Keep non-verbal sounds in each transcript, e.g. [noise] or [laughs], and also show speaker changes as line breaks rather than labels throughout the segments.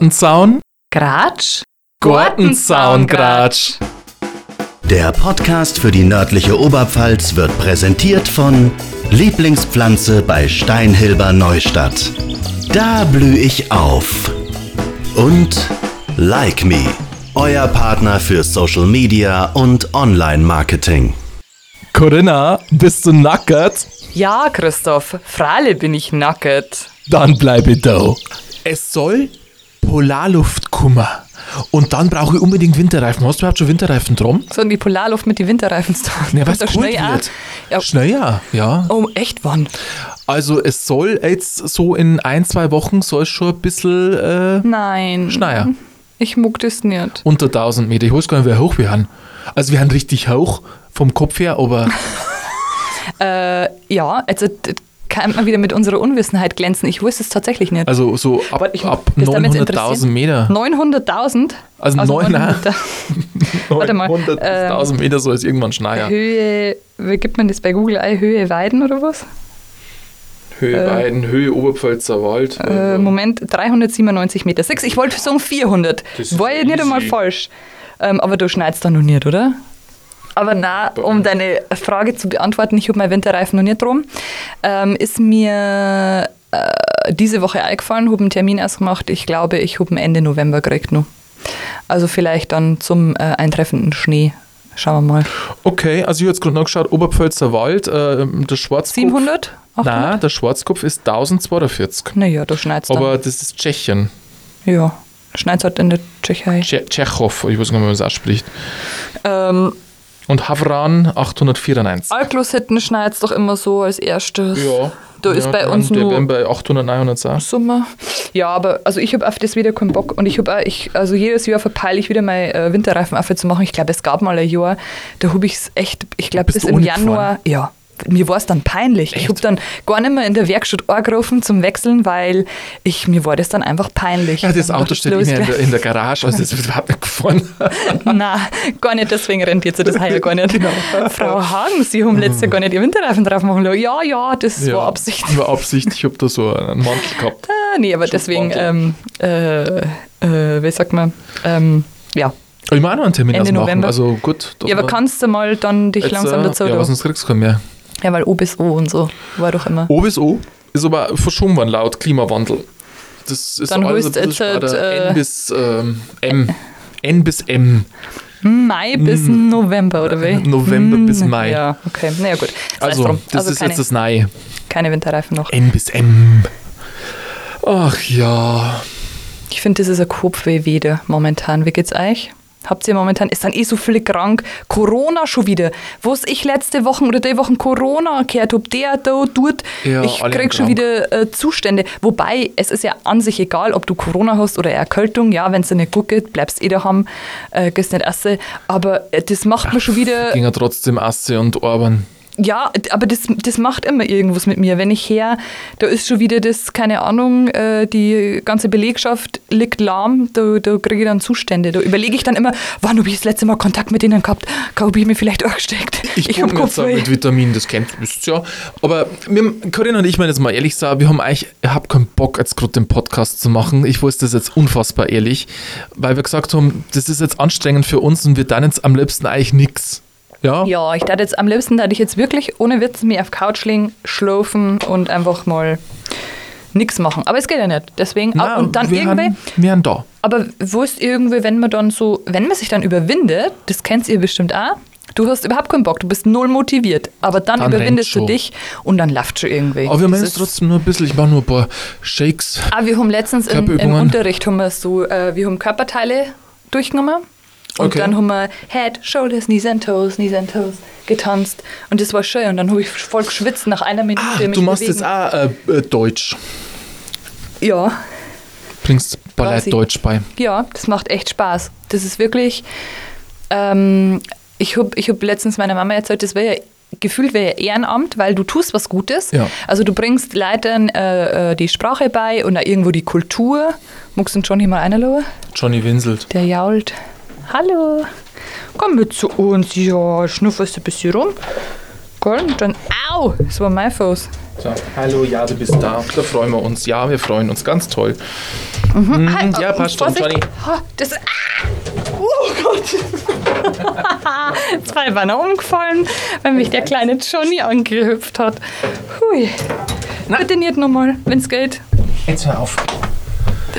Gurtenzaun?
Gratsch?
Gurtenzaungratsch.
Der Podcast für die nördliche Oberpfalz wird präsentiert von Lieblingspflanze bei Steinhilber Neustadt. Da blühe ich auf. Und Like Me, euer Partner für Social Media und Online-Marketing.
Corinna, bist du nackert?
Ja, Christoph, Frale bin ich nacket.
Dann bleibe da. Es soll Polarluft kommen. Und dann brauche ich unbedingt Winterreifen. Hast du überhaupt schon Winterreifen drum?
So in die Polarluft mit die Winterreifen zu
Ja, was
Kommt doch
kalt
schnell an.
wird.
Ja.
Schneller, ja.
Oh, echt wann?
Also es soll jetzt so in ein, zwei Wochen soll es schon ein bisschen äh,
Nein.
schneien.
Ich muck das nicht.
Unter 1000 Meter. Ich weiß gar nicht, wie hoch wir haben. Also wir haben richtig hoch vom Kopf her, aber
Äh, ja, also d- kann man wieder mit unserer Unwissenheit glänzen. Ich wusste es tatsächlich nicht.
also
[laughs]
so ab,
Warte, ich-
ab
das darf mich jetzt
900.000
interessieren. Hm.
Meter.
900.000?
Also neun- [laughs]
900.000. Warte mal,
900 bis
ähm,
1000 Meter soll es irgendwann schneien.
Höhe, wie gibt man das bei Google ein? Höhe Weiden oder was?
Höhe Weiden, Höhe Oberpfälzer Wald.
Äh, Moment, 397 Meter. Sechs, ich wollte sagen 400.
Das ist
War ja nicht
easy.
einmal falsch. Ähm, aber du schneidest da noch nicht, oder? Aber na, um deine Frage zu beantworten, ich habe meinen Winterreifen noch nicht drum. Ähm, ist mir äh, diese Woche eingefallen, habe einen Termin ausgemacht. Ich glaube, ich habe ihn Ende November gekriegt noch. Also vielleicht dann zum äh, eintreffenden Schnee. Schauen wir mal.
Okay, also ich habe jetzt gerade nachgeschaut, Oberpfälzer Wald, äh, der Schwarzkopf.
700?
Nein, der Schwarzkopf ist 1042.
Naja, du schneidest Hm, dann.
Aber das ist Tschechien.
Ja, schneidest halt in der Tschechei.
Tsche Tschechow, ich weiß gar nicht, wie man das ausspricht.
Ähm,
Und Havran
Ah,
894.
Alklus-Hitten schneidest doch immer so als erstes.
Ja.
Da
ja,
ist bei
dann,
uns
Wir
nur
werden bei 800, 900 sein.
Sommer. Ja, aber also ich habe auf das wieder keinen Bock und ich habe ich also jedes Jahr verpeile ich wieder meine äh, Winterreifen auf zu machen. Ich glaube, es gab mal ein Jahr, da habe ich es echt, ich glaube
Bist
bis
du
im
ohne
Januar, ja. Mir war es dann peinlich. Ich habe dann gar nicht mehr in der Werkstatt angerufen zum Wechseln, weil ich, mir war das dann einfach peinlich.
Ja, das
Dann
Auto
dachte ich,
steht
bloß
immer in der,
gleich-
in der Garage, also das wird überhaupt nicht gefahren.
Nein, gar nicht, deswegen rentiert sie das heuer gar nicht.
Genau.
Frau Hagen, Sie haben letztes Jahr gar nicht die Winterreifen drauf machen lassen. Ja, ja, [laughs] das war Absicht. [laughs]
War Absicht, ich habe da so einen Mantel gehabt.
Ah, nee, aber deswegen, ähm,
Schutzmantel.
äh, äh, wie sagt man, ähm, ja.
Ich meine auch noch einen Termin
Ende
ausmachen,
November.
also gut.
Ja, aber kannst du mal dann dich langsam dazu
äh, Ja,
ja,
was sonst kriegst du keinen mehr.
ja, weil O bis O und so war doch immer.
O bis O ist aber verschoben worden laut Klimawandel. Das ist
Dann
alles
heißt
ein
jetzt
bisschen
halt,
später.
äh,
N bis ähm, M. N bis M.
Mai bis November, oder wie?
Mm. November
Hm,
bis Mai.
Ja, okay. Naja, gut. Sei es
Also,
drum.
das ist
keine,
jetzt das Neue.
keine Winterreifen noch.
N bis M. Ach ja.
Ich finde, das ist ein Kopfweh wieder momentan. Wie geht's euch? Habt ihr momentan, ist dann eh so viel krank? Corona schon wieder. Was ich letzte Woche oder die Wochen Corona gehört habe, der da tut,
Ja,
ich
alle
krieg schon
krank.
wieder äh, Zustände. Wobei, es ist ja an sich egal, ob du Corona hast oder eine Erkältung. Ja, wenn es dir nicht gut geht, bleibst eh daheim, äh, gehst nicht essen. Aber äh, das macht mir schon wieder.
Ging ja trotzdem Asse und Orban.
Ja, d- aber das, das macht immer irgendwas mit mir. Wenn ich her, da ist schon wieder das, keine Ahnung, äh, die ganze Belegschaft liegt lahm, da, da kriege ich dann Zustände. Da überlege ich dann immer, wann habe ich das letzte Mal Kontakt mit denen gehabt? Habe ich mir vielleicht [laughs] auch gesteckt? hab
guck jetzt auch mit Vitamin, das kennt wisst ihr ja. Aber wir, Corinna und ich, wenn ich jetzt mal ehrlich sage, wir haben eigentlich, ich habe keinen Bock, jetzt gerade den Podcast zu machen. Ich wusste das jetzt unfassbar ehrlich, weil wir gesagt haben, das ist jetzt anstrengend für uns und wir dann jetzt am liebsten eigentlich nichts. Ja?
Ja, ich dachte jetzt am liebsten, da ich jetzt wirklich ohne Witz mir auf Couch liegen, schlafen und einfach mal nichts machen. Aber es geht ja nicht. Deswegen,
Nein,
ah, und dann
wir
irgendwie.
Haben, wir haben da.
Aber wo ist irgendwie, wenn man dann so, wenn man sich dann überwindet, das kennst ihr bestimmt auch, du hast überhaupt keinen Bock, du bist null motiviert, aber dann,
Dann
überwindest
rennt's
du
schon.
dich und dann läuft schon irgendwie.
Aber wir
Das
meinen es
ist-
trotzdem nur ein bisschen, ich mache nur ein paar Shakes.
Ah, wir haben letztens in, im
Körperübungen.
Unterricht haben wir so, äh, wir haben Körperteile durchgenommen und
Okay.
dann haben wir Head, Shoulders, Knees and Toes, Knees and Toes getanzt und das war schön und dann habe ich voll geschwitzt nach einer Minute.
Ah,
mich
du machst
bewegen.
jetzt auch äh, äh, Deutsch.
Ja.
Bringst
Quasi.
Ballett Deutsch bei.
Ja, das macht echt Spaß. Das ist wirklich. Ähm, ich habe ich hab letztens meiner Mama erzählt, das wäre ja, gefühlt wäre ja Ehrenamt, weil du tust was Gutes.
Ja.
Also du bringst Leitern äh, äh, die Sprache bei und auch irgendwo die Kultur. Muckst du Johnny mal einladen?
Johnny winselt.
Der jault. Hallo. Komm mit zu uns. Ja, schnufferst ein bisschen rum. Gell? Und dann, au, das war mein Fuß.
Sag, hallo, ja, du bist da. Da freuen wir uns. Ja, wir freuen uns. Ganz toll.
Ah, oh,
ja, passt schon,
Vorsicht.
Johnny.
Ah, Das, ah, oh Gott. [laughs] Zwei waren umgefallen, weil mich der kleine Johnny angehüpft hat. Hui. Bitte nicht nochmal, wenn's geht.
Jetzt hör auf.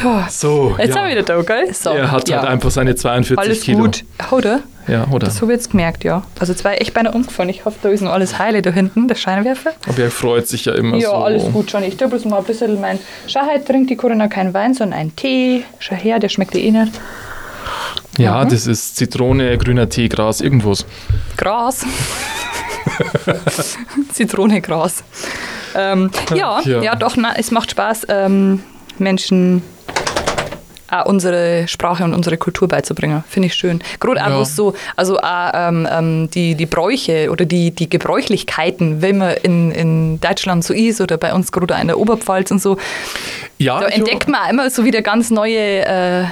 Ja.
So.
Jetzt
ja.
haben wir wieder da, gell? So,
Er hat halt einfach seine 42
Alles
Kilo.
gut. Oder?
Ja, oder?
Das habe ich jetzt gemerkt, ja. Also zwei echt beinahe umgefallen. Ich hoffe, da ist noch alles heile da hinten, der Scheinwerfer.
Aber er freut sich ja immer
ja,
so.
alles gut, Johnny. Ich tue bloß mal ein bisschen mein... Schau, heute trinkt die Corinna keinen Wein, sondern einen Tee. Schau her, der schmeckt dir eh nicht. Mhm.
Ja, das ist Zitrone, grüner Tee, Gras, irgendwas.
Gras. [laughs] Zitrone Gras. Ähm, ja,
Ja.
ja, doch, na, es macht Spaß, ähm, Menschen auch unsere Sprache und unsere Kultur beizubringen. Finde ich schön. Gerade auch
Ja.
wo es so, also auch ähm, ähm, die, die Bräuche oder die, die Gebräuchlichkeiten, wenn man in, in Deutschland so ist oder bei uns gerade auch in der Oberpfalz und so,
Ah, Ja,
da
ich-
entdeckt man auch immer so wieder ganz neue äh,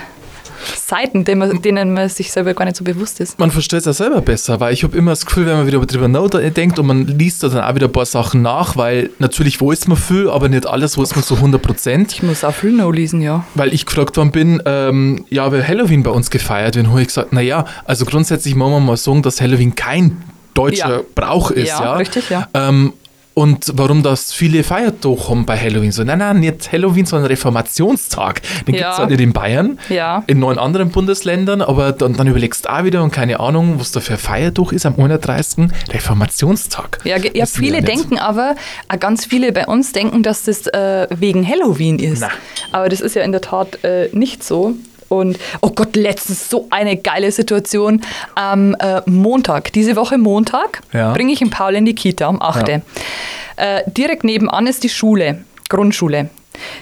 Seiten, denen man, denen man sich selber gar nicht so bewusst ist.
man versteht es ja selber besser, weil ich habe immer das Gefühl, wenn man wieder drüber nachdenkt und man liest da dann auch wieder ein paar Sachen nach, weil natürlich weiß man viel, aber nicht alles weiß man so 100 Prozent.
Ich muss auch viel noch lesen, ja.
Weil ich gefragt worden bin, ähm, ja, wer Halloween bei uns gefeiert wird, habe ich gesagt, naja, also grundsätzlich muss man mal sagen, dass Halloween kein deutscher
Ja.
Brauch ist. Ja,
Ja, richtig, ja.
Ähm, und warum das viele feiert doch haben bei Halloween. So, nein, nein, nicht Halloween, sondern Reformationstag. Den
Ja.
gibt es halt nicht in Bayern,
Ja.
in neun anderen Bundesländern, aber dann, dann überlegst du auch wieder und keine Ahnung, was da für ein Feiertag ist am 31. Reformationstag.
Ja, ge- ja
Wissen wir
viele
nicht.
denken aber, äh, ganz viele bei uns denken, dass das äh, wegen Halloween ist.
Na.
Aber das ist ja in der Tat äh, nicht so. Und oh Gott, letztens so eine geile Situation. Am äh, Montag, diese Woche Montag,
Ja.
bringe ich den Paul in die Kita um 8.
Ja.
Äh, direkt nebenan ist die Schule, Grundschule.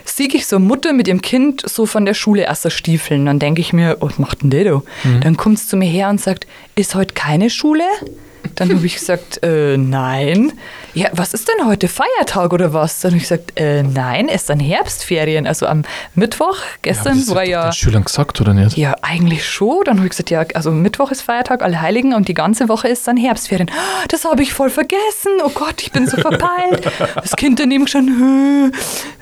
Sieg ich so Mutter mit ihrem Kind so von der Schule erst so stiefeln. Dann denke ich mir, was macht denn der da?
Mhm.
Dann kommt es zu mir her und sagt, ist heute keine Schule? Dann habe ich gesagt, äh, nein. Ja, was ist denn heute? Feiertag oder was? Dann habe ich gesagt, äh, nein, es sind Herbstferien. Also am Mittwoch,
aber
gestern
das
war
hat doch
ja.
den Schülern gesagt, oder nicht?
Ja, eigentlich schon. Dann habe ich gesagt, ja, also Mittwoch ist Feiertag, Allerheiligen und die ganze Woche ist dann Herbstferien. [gasps] Ah, Das habe ich voll vergessen. Oh Gott, ich bin so verpeilt.
[laughs]
Das Kind daneben schon,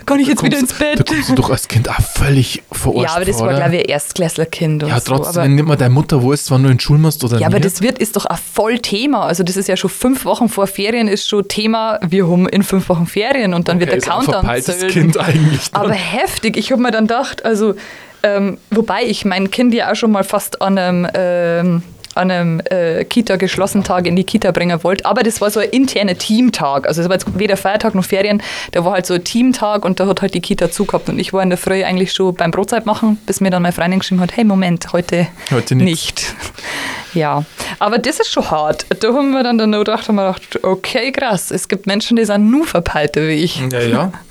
kann ich jetzt wieder ins
Da
Bett?
kommst du doch als Kind auch völlig verarscht
Ja, aber das
vor,
war,
oder?
glaube ich, ein Erstklässlerkind. und
Ja,
so,
trotzdem,
aber-
wenn nicht ne? mal deine Mutter weißt, wann du in die Schule musst oder
ja,
nicht.
aber das wird ist doch ein voll Thema. Also das ist ja schon fünf Wochen vor Ferien ist schon Thema. Wir haben in fünf Wochen Ferien und dann wird
Okay,
der
ist auch
Countdown
verpeiltes
zählen.
Kind eigentlich.
Aber heftig. Ich habe mir dann gedacht, also ähm, wobei ich mein Kind ja auch schon mal fast an einem ähm, an einem äh, Kita geschlossenen Tag in die Kita bringen wollte. Aber das war so ein interner Teamtag. Also es war jetzt weder Feiertag noch Ferien. Da war halt so ein Teamtag und da hat halt die Kita zugehabt. Und ich war in der Früh eigentlich schon beim Brotzeit machen, bis mir dann meine Freundin geschrieben hat, hey Moment, heute,
Heute nix.
nicht. Ja, aber das ist schon hart. Da haben wir dann danach gedacht, haben wir gedacht, okay, krass, es gibt Menschen, die sind nur verpeilter wie ich.
ja, ja.
[laughs]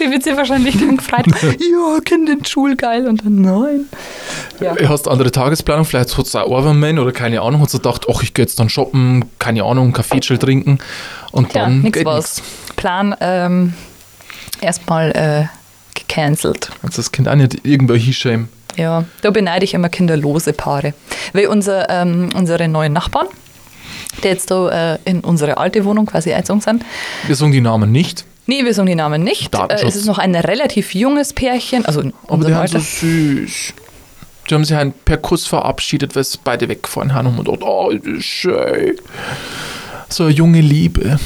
Die wird sich wahrscheinlich dann gefreut,
[laughs]
ja, Kind in Schule, geil, und dann nein. Ja.
Hast du andere Tagesplanung? Vielleicht hat es auch Overman oder keine Ahnung. Hat sie gedacht, ach, ich gehe jetzt dann shoppen, keine Ahnung, Kaffee chill trinken. Und
Ja,
dann
nix
geht
was.
nix.
Plan ähm, erstmal äh, gecancelt.
Kannst das Kind auch nicht irgendwo hinschämen.
Ja, da beneide ich immer kinderlose Paare. Weil unser, ähm, unsere neuen Nachbarn, die jetzt da äh, in unsere alte Wohnung quasi eingezogen sind,
Wir sagen die Namen nicht,
nee, wir sagen die Namen nicht. Äh,
Datenschutz.
es ist noch ein relativ junges Pärchen, also in
aber
unserem
die haben so
Alter.
süß. Die haben sich einen per Kuss verabschiedet, weil sie beide weggefahren haben und gedacht, oh, das ist schön. So eine junge Liebe.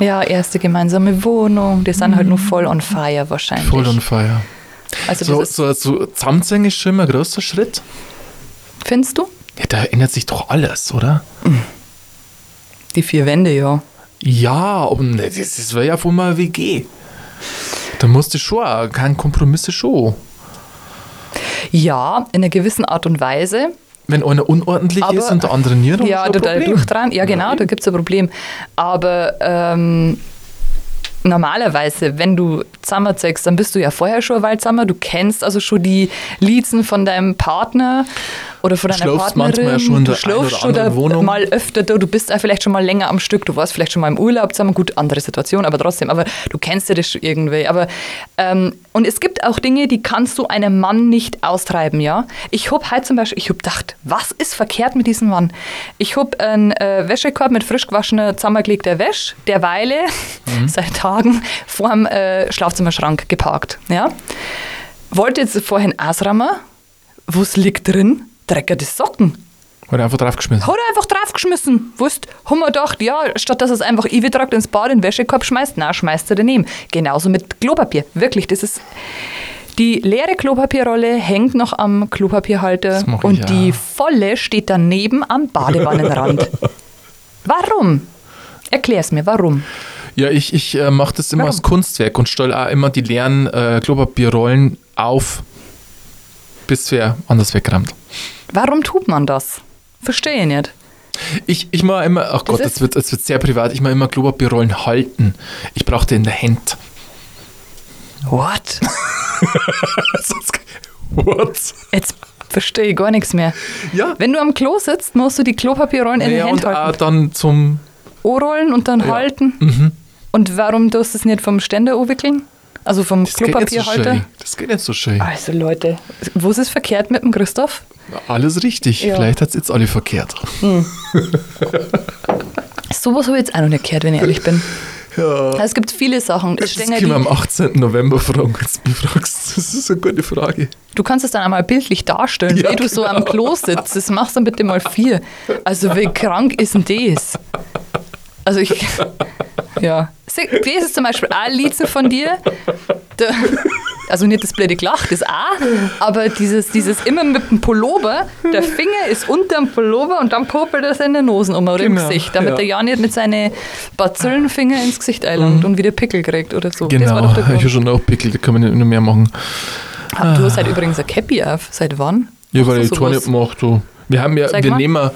Ja, erste gemeinsame Wohnung, die sind halt nur voll on fire wahrscheinlich.
Mhm. Voll on fire.
also
So,
das ist,
so, so zusammenzählen ist schon immer ein großer Schritt.
findest du?
Ja, da ändert sich doch alles, oder?
Die vier Wände, ja.
Ja, und das, das wäre ja wohl mal eine WG. Da musst du schon, auch- kein Kompromisse schon.
Ja, in einer gewissen Art und Weise.
Wenn einer unordentlich
Aber-
ist und der andere nicht, dann
ja,
ist ein
total
Problem.
durchdran. Ja, genau, da gibt es ein Problem. Aber ähm, normalerweise, wenn du zusammenzeigst, dann bist du ja vorher schon ein Wald zusammen. Du kennst also schon die Liezen von deinem Partner Oder von deiner
Schlafst
Partnerin.
manchmal ja schon in
du
der einen oder
schläfst
anderen Wohnung.
mal öfter da, du bist auch vielleicht schon mal länger am Stück, du warst vielleicht schon mal im Urlaub zusammen, gut, andere Situation, aber trotzdem, aber du kennst ja das schon irgendwie. Aber, ähm, und es gibt auch Dinge, die kannst du einem Mann nicht austreiben, ja. Ich hab halt zum Beispiel, ich hab gedacht, was ist verkehrt mit diesem Mann? Ich hab einen äh, Wäschekorb mit frisch gewaschener, zusammengelegter Wäsche, derweile [laughs] seit Tagen vorm äh, Schlafzimmerschrank geparkt, ja. Wollte jetzt vorhin ausräumen, was liegt drin? Dreckige Socken
Hat er einfach draufgeschmissen.
hat er einfach draufgeschmissen. Wusst, haben wir gedacht, ja, statt dass er es einfach eingetragt ins Bad in den Wäschekorb schmeißt, na, schmeißt er daneben. Genauso mit Klopapier. Wirklich, das ist. Die leere Klopapierrolle hängt noch am Klopapierhalter
Das mach ich
und
auch.
die volle steht daneben
[laughs]
am Badewannenrand. warum? Erklär's mir, warum?
Ja, ich, ich äh, mache das immer
Warum?
als Kunstwerk und stelle auch immer die leeren äh, Klopapierrollen auf, bis wer anders wegrammt.
Warum tut man das? Verstehe ich nicht.
Ich, ich mache immer, ach Gott,
ist-
das wird, das wird sehr privat, ich mache immer Klopapierrollen halten. Ich brauche die in der Hand.
What?
Sonst-
[laughs]
What?
Jetzt verstehe ich gar nichts mehr.
Ja.
Wenn du am Klo sitzt, musst du die Klopapierrollen in
Naja,
den
und
Händen halten.
auch dann zum
anrollen und dann
Ja. Mhm.
halten. Und warum tust du es nicht vom Ständer umwickeln? Also vom
Das geht nicht so
Klopapierhalter?
schön. Das geht nicht so schön.
Also Leute, wo ist es verkehrt mit dem Christoph?
Alles richtig.
Ah. Ja.
Vielleicht hat es jetzt alle verkehrt.
Sowas habe ich jetzt auch noch nicht gehört, wenn ich ehrlich bin. Es gibt viele Sachen.
Das
Ich denke,
können wir am 18. November fragen, wenn du mich fragst. [laughs] Das ist eine gute Frage.
du kannst es dann einmal bildlich darstellen,
Ja, genau.
wie du so am Klo sitzt. Das machst du dann bitte mal vier. Also wie krank ist denn das? Also ich... Ja. Se- Das ist zum Beispiel auch ein Lied von dir. Da, also nicht das blöde Lach, das A, aber dieses, dieses immer mit dem Pullover, der Finger ist unter dem Pullover und dann popelt er seine Nosen um oder
Genau,
im Gesicht, damit
ja.
der ja nicht mit seinen Bazillenfinger ins Gesicht eilangt und wieder Pickel kriegt oder so. Das war
Mhm. Genau.
doch der
Ich habe
Grund.
schon auch Pickel, da kann man nicht nur mehr machen.
Ah, Du hast halt übrigens ein Cappy auf. Seit wann?
Ja,
Machst
weil
du
ich Tor
sowas?
nicht mache, du. Wir haben ja,
Zeig
wir
mal.
nehmen ja-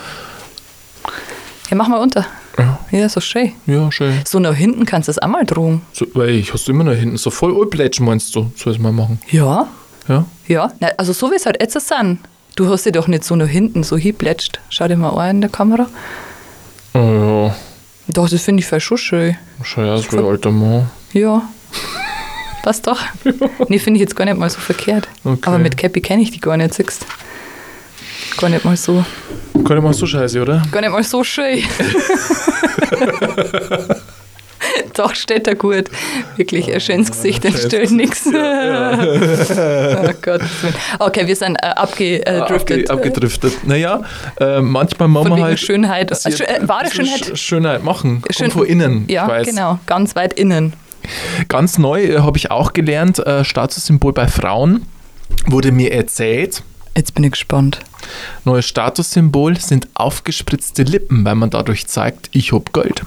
Ja, mach mal unter. Ja, so schön.
ja schön.
So nach hinten kannst du das einmal drohen.
So, weil ich hast du immer noch hinten so voll Allplätschen, meinst du? Soll ich mal machen?
Ja.
Ja?
Ja, na, also so wie es halt jetzt sind. Du hast dich doch nicht so nach hinten so hinplätscht. Schau dir mal an in der Kamera.
Oh, ja.
Doch, das finde ich voll schon schön.
Schau ja, so ein alter Mann. [laughs]
Ja. Passt doch. Nee, finde ich jetzt gar nicht mal so verkehrt.
Okay.
Aber mit Cappy kenne ich die gar nicht, siehst Gar nicht mal so.
Kann ich mal so scheiße, oder?
Gar nicht mal so
[laughs]
schön. doch, steht da gut. Wirklich, ein schönes Gesicht, entstellt nichts. [laughs] Oh Gott. Okay, wir sind äh, abgedriftet.
Ah, Abge abgedriftet. Naja, äh, manchmal machen
Von
wir
wegen
halt.
Schönheit.
dass wir
Schö- äh,
ein
wahre
bisschen
Schönheit.
Sch- Schönheit machen. Schön.
Schön-
Von innen. ich
Ja,
weiß.
genau, ganz weit innen.
Ganz neu äh, habe ich auch gelernt: äh, Statussymbol bei Frauen wurde mir erzählt.
Jetzt bin ich gespannt.
Neues Statussymbol sind aufgespritzte Lippen, weil man dadurch zeigt, ich hab Geld.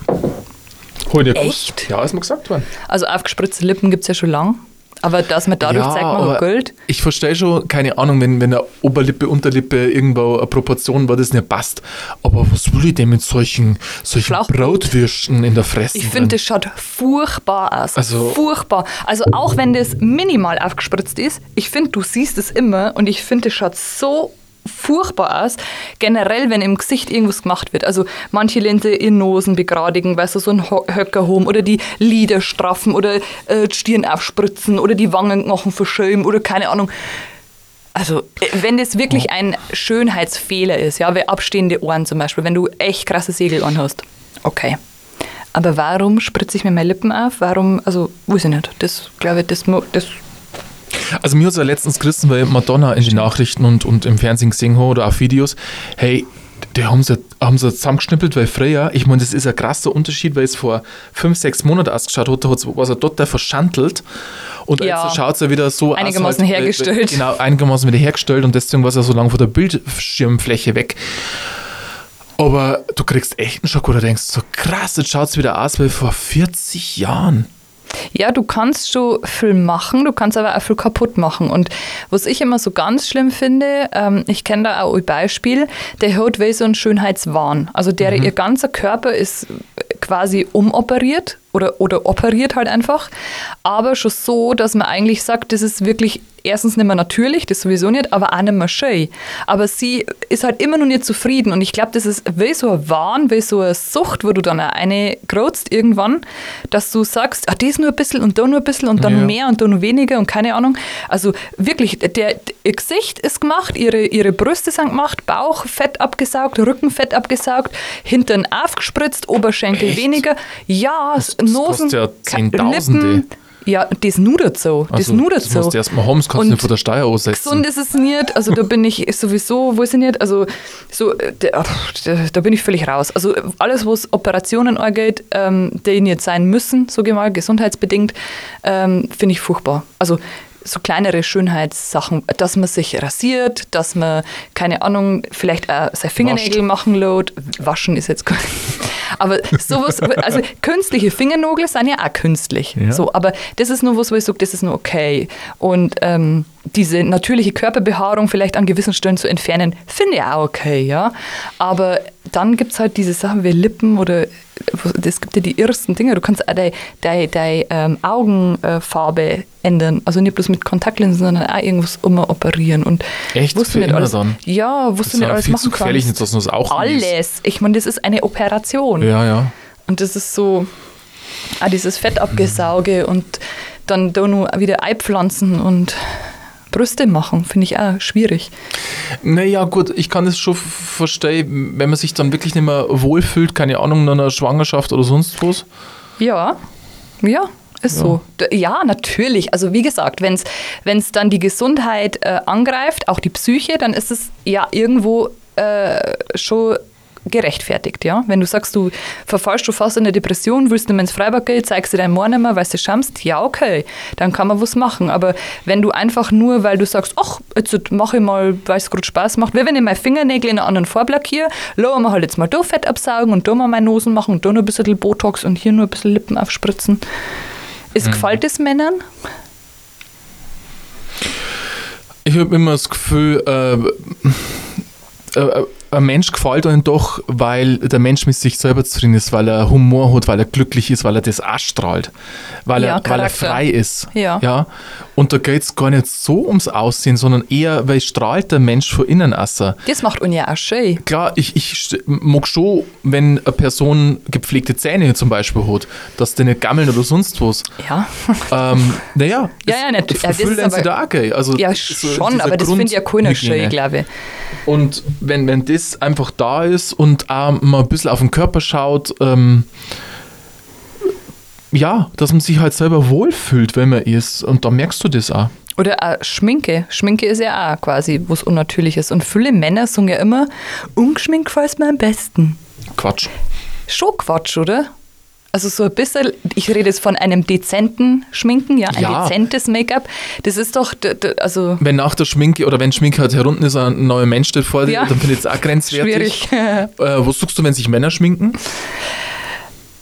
Heute
Echt?
Ja, ist mir gesagt worden.
Also aufgespritzte Lippen gibt es ja schon lang. Aber dass man dadurch zeigt, man hat
aber
Geld.
Ich verstehe schon, keine Ahnung, wenn, wenn eine Oberlippe, Unterlippe irgendwo eine Proportion war, das nicht passt. Aber was will ich denn mit solchen, solchen
Schlauchboot.
Brautwürsten in der Fresse?
Ich
drin?
finde, das schaut furchtbar aus.
Also-
furchtbar. Also auch wenn das minimal aufgespritzt ist, ich finde, du siehst es immer und ich finde, das schaut so furchtbar aus. Generell, wenn im Gesicht irgendwas gemacht wird. Also manche Linse in Nosen begradigen, weißt du, so ein Ho- Höcker home oder die Lider straffen oder äh, die Stirn aufspritzen oder die Wangenknochen verschämen oder keine Ahnung. Also, äh, wenn das wirklich ein Schönheitsfehler ist, ja, wie abstehende Ohren zum Beispiel, wenn du echt krasse Segel anhast, okay. Aber warum spritze ich mir meine Lippen auf? Warum, also, weiß ich nicht. Das, glaube ich, das, mu- das
Also mir hat es ja letztens gerissen, weil Madonna in den Nachrichten und, und im Fernsehen gesehen hat oder auf Videos, hey, die haben sie, haben sie zusammengeschnippelt, weil Freya, ich meine, das ist ein krasser Unterschied, weil es vor fünf, sechs Monaten ausgeschaut hat, da hat's- war sie total verschandelt und
Ja.
jetzt schaut sie wieder so aus,
Einigermaßen
weil- weil-
hergestellt.
Genau, einigermaßen wieder hergestellt und deswegen war sie so lange von der Bildschirmfläche weg. Aber du kriegst echt einen Schock, oder denkst so, krass, jetzt schaut es wieder aus, weil vor 40 Jahren.
Ja, du kannst schon viel machen, du kannst aber auch viel kaputt machen. Und was ich immer so ganz schlimm finde, ähm, ich kenne da auch ein Beispiel, der hat wie so einen Schönheitswahn. Also der, ihr ganzer Körper ist quasi umoperiert oder, oder operiert halt einfach, aber schon so, dass man eigentlich sagt, das ist wirklich erstens nicht mehr natürlich, das sowieso nicht, aber auch nicht mehr schön. Aber sie ist halt immer noch nicht zufrieden und ich glaube, das ist wie so ein Wahn, wie so eine Sucht, wo du dann auch eine grotzt irgendwann, dass du sagst, ah, das nur ein bisschen und da nur ein bisschen und dann
Ja.
mehr und dann weniger und keine Ahnung. Also wirklich, der, ihr Gesicht ist gemacht, ihre, ihre Brüste sind gemacht, Bauch fett abgesaugt, Rücken fett abgesaugt, Hintern aufgespritzt, Oberschenkel
Echt?
weniger. Ja,
Das- das
Nosen,
kostet ja
Ka-
Zehntausende.
Lippen. Ja, das nudert so. Das nudert
Also, das
so.
musst du erstmal haben, das kannst
Und
du nicht von der Steuer aussetzen.
Gesund ist es nicht, also da bin ich sowieso, weiß ich nicht, also so, äh, da, pff, da- da bin ich völlig raus. Also äh, alles, was Operationen angeht, ähm, die nicht sein müssen, so mal, gesundheitsbedingt, ähm, finde ich furchtbar. Also so kleinere Schönheitssachen, dass man sich rasiert, dass man, keine Ahnung, vielleicht äh, seine Fingernägel machen lässt. Waschen ist jetzt gut. Aber sowas, also künstliche Fingernägel sind ja auch künstlich.
Ja.
So, aber das ist nur was, wo ich sage, das ist nur okay. Und ähm, diese natürliche Körperbehaarung vielleicht an gewissen Stellen zu entfernen, finde ich auch okay, ja. Aber dann gibt es halt diese Sachen wie Lippen oder es gibt ja die irrsten Dinge. Du kannst auch deine dei, dei, ähm, Augenfarbe ändern. Also nicht bloß mit Kontaktlinsen, sondern auch irgendwas umoperieren. Und
Echt?
wusst du
Für
nicht
immer
alles,
dann?
Ja,
Das
wusst
ist
du nicht
ja
alles
viel
machen
zu gefährlich,
kannst.
dass man es auch liest.
Alles. Ich meine, das ist eine Operation.
Ja, ja.
Und das ist so, ah, dieses Fettabgesauge und dann da nur wieder Eipflanzen und Brüste machen, finde ich auch schwierig.
Naja, gut, ich kann das schon f- verstehen, wenn man sich dann wirklich nicht mehr wohlfühlt, keine Ahnung, in einer Schwangerschaft oder sonst was.
Ja, ja, ist so. D- Ja, natürlich. Also wie gesagt, wenn es dann die Gesundheit äh, angreift, auch die Psyche, dann ist es ja irgendwo äh, schon gerechtfertigt, ja. Wenn du sagst, du verfallst du fast in der Depression, willst nicht mehr ins Freibad gehen, zeigst dir dein Mann nicht mehr, weil du schamst, ja, okay, dann kann man was machen. Aber wenn du einfach nur, weil du sagst, ach, jetzt mache ich mal, weil es gerade Spaß macht, wie wenn ich meine Fingernägel in einer anderen Farbe lackiere, lassen wir halt jetzt mal da Fett absaugen und da mal meine Nosen machen und da noch ein bisschen Botox und hier nur ein bisschen Lippen aufspritzen.
Mhm.
Ist gefällt es Männern?
Ich habe immer das Gefühl, äh, äh, ein Mensch gefällt einem doch, weil der Mensch mit sich selber zufrieden ist, weil er Humor hat, weil er glücklich ist, weil er das ausstrahlt, weil,
Ja,
er, weil er
Charakter.
frei ist.
Ja.
ja? Und da geht es gar nicht so ums Aussehen, sondern eher, weil strahlt der Mensch von innen aus.
Das macht uns ja auch schön.
Klar, ich, ich st- mag schon, wenn eine Person gepflegte Zähne zum Beispiel hat, dass die nicht gammeln oder sonst was.
Ja. [laughs]
Ähm, naja,
Ja, ja, natürlich. Ja, das ist
Verfüllen sie
aber-
da auch gleich. also
Ja,
so
schon,
dieser
aber das finde ich ja keiner schön,
Grundhygiene.
glaube ich.
Und wenn, wenn das einfach da ist und auch mal ein bisschen auf den Körper schaut, ähm, ja, dass man sich halt selber wohlfühlt, wenn man ist. Und da merkst du das auch.
Oder auch Schminke. Schminke ist ja auch quasi, was unnatürlich ist. Und viele Männer sagen ja immer, ungeschminkt gefällt mir am besten.
Quatsch.
Schon Quatsch, oder? Also so ein bisschen, ich rede jetzt von einem dezenten Schminken, ja, ein
Ja.
dezentes Make-up. Das ist doch, d- d- also
Wenn nach der Schminke oder wenn Schminke halt herunten ist, ein neuer Mensch steht vor dir,
Ja.
dann finde ich es
[laughs]
auch grenzwertig.
schwierig. [laughs]
Äh, was suchst du, wenn sich Männer schminken?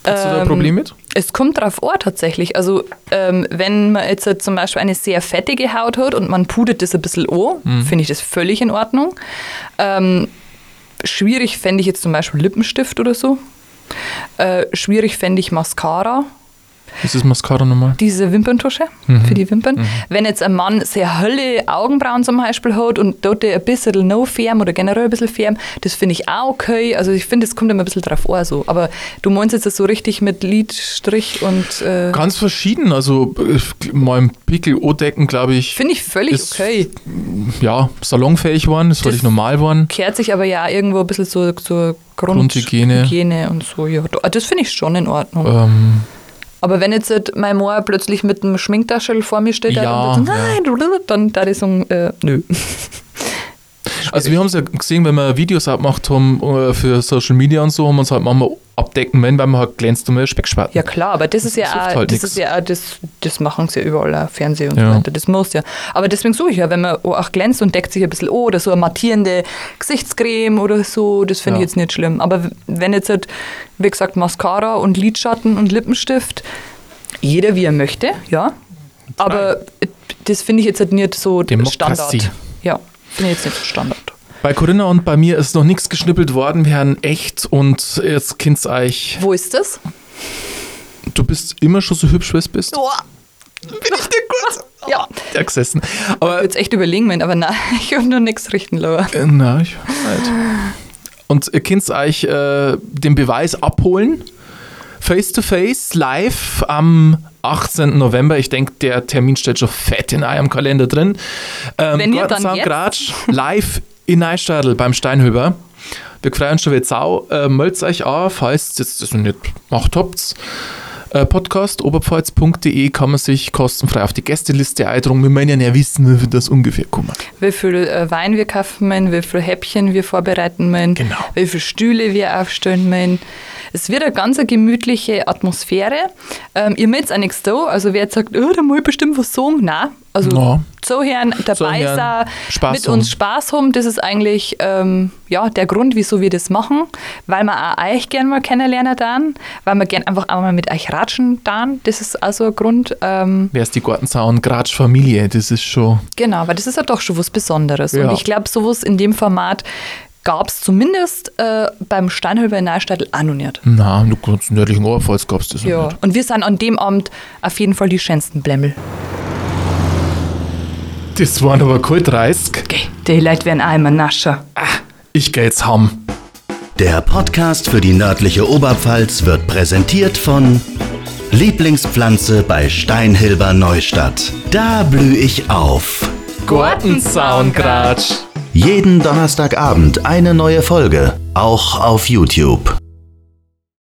Hast du da ein
Ähm,
Problem mit?
Es kommt drauf an tatsächlich. Also ähm, wenn man jetzt halt zum Beispiel eine sehr fettige Haut hat und man pudert das ein bisschen an, finde ich das völlig in Ordnung. Ähm, schwierig fände ich jetzt zum Beispiel Lippenstift oder so. Äh, schwierig fände ich Mascara,
Ist das Mascara nochmal?
diese Wimperntusche für die Wimpern. Wenn jetzt ein Mann sehr helle Augenbrauen zum Beispiel hat und dort ein bisschen no färben oder generell ein bisschen färben, das finde ich auch okay. Also ich finde, es kommt immer ein bisschen drauf an so. Aber du meinst jetzt das so richtig mit Lidstrich und... Äh,
Ganz verschieden. Also, äh, mein Pickel O-Decken, glaube ich,
Finde ich völlig
Ist-
okay.
ja, salonfähig waren, ist völlig
Das-
normal waren.
Kehrt sich aber ja irgendwo ein bisschen zur, zur Grund
Grundhygiene.
Hygiene und so. Ja, Da- ah, das finde ich schon in Ordnung.
Ähm,
Aber wenn jetzt halt mein Moor plötzlich mit einem Schminktaschel vor mir steht
Ja,
und sagt, nein, dann da die sagen, äh, nö.
Also wir haben es ja gesehen, wenn wir Videos abgemacht haben äh, für Social Media und so, haben wir uns halt manchmal abdecken müssen, weil man halt glänzt und mehr Speck spart.
Ja klar, aber das ist ja,
Das hilft
auch-
halt
das
nix.
ist ja, auch- das, das machen sie ja überall, auch Fernsehen und
Ja.
so weiter, das muss ja. Aber deswegen suche ich ja, wenn man auch glänzt und deckt sich ein bisschen an oder so eine mattierende Gesichtscreme oder so, das finde
Ja.
ich jetzt nicht schlimm. Aber w- wenn jetzt halt, wie gesagt, Mascara und Lidschatten und Lippenstift, jeder wie er möchte, ja. Aber äh, das finde ich jetzt halt nicht so
Demokratie.
Standard. Ja, finde ich jetzt nicht so Standard.
Bei Corinna und bei mir ist noch nichts geschnippelt worden, wir haben echt und jetzt kind's euch.
Wo ist das?
Du bist immer schon so hübsch, wie du bist.
Bin ich denn gut? Ja,
da gesessen.
ich
Aber
würde echt überlegen, mein, aber nein, [laughs] ich habe noch nichts richten lassen.
äh, na, ich weiß nicht. Und ihr könnt euch äh, den Beweis abholen. Face to face, live am 18. November. Ich denke, der Termin steht schon fett in eurem Kalender drin. Ähm,
Wenn ihr dann
Gartenzaun
jetzt-
Gratsch, live in Neustadl beim Steinhöber. Wir freuen uns schon wie Sau. Äh, meldet euch an, falls ihr das noch nicht gemacht habt. Äh, Podcast oberpfalz.de kann man sich kostenfrei auf die Gästeliste eintragen. Wir meinen ja wissen, wie wir das ungefähr kommen.
Wie viel äh, Wein wir kaufen, mein, wie viel Häppchen wir vorbereiten, mein,
Genau.
wie viel Stühle wir aufstellen. Mein. Es wird eine ganz eine gemütliche Atmosphäre. Ähm, ihr mögt auch nichts da. Also wer jetzt sagt, oh, da muss ich bestimmt was sagen. Nein, also
Ja.
zuhören, dabei
Zuhören,
sein,
Spaß
mit
haben.
uns Spaß haben, das ist eigentlich ähm, ja, der Grund, wieso wir das machen. Weil wir auch euch gerne mal kennenlernen dann, weil wir gerne einfach auch mal mit euch ratschen dann. Das ist also ein Grund. Ähm,
Wer ist die Gartenzaun Gratsch Familie? Das ist schon.
Genau, weil das ist ja doch schon was Besonderes.
Ja.
Und ich glaube, sowas in dem Format gab es zumindest äh, beim Steinhöber in Neustadt auch noch nicht.
Na, du kannst einen nördlichen Oberpfalz gab's das noch
Ja.
nicht.
Und wir sind an dem Abend auf jeden Fall die schönsten Blemmel.
Das waren aber kalt 30.
Okay, die Leute werden auch immer nascher.
Ich geh jetzt heim.
Der Podcast für die nördliche Oberpfalz wird präsentiert von Lieblingspflanze bei Steinhilber Neustadt. Da blühe ich auf.
Gartenzaun Gratsch.
Jeden Donnerstagabend eine neue Folge, auch auf YouTube.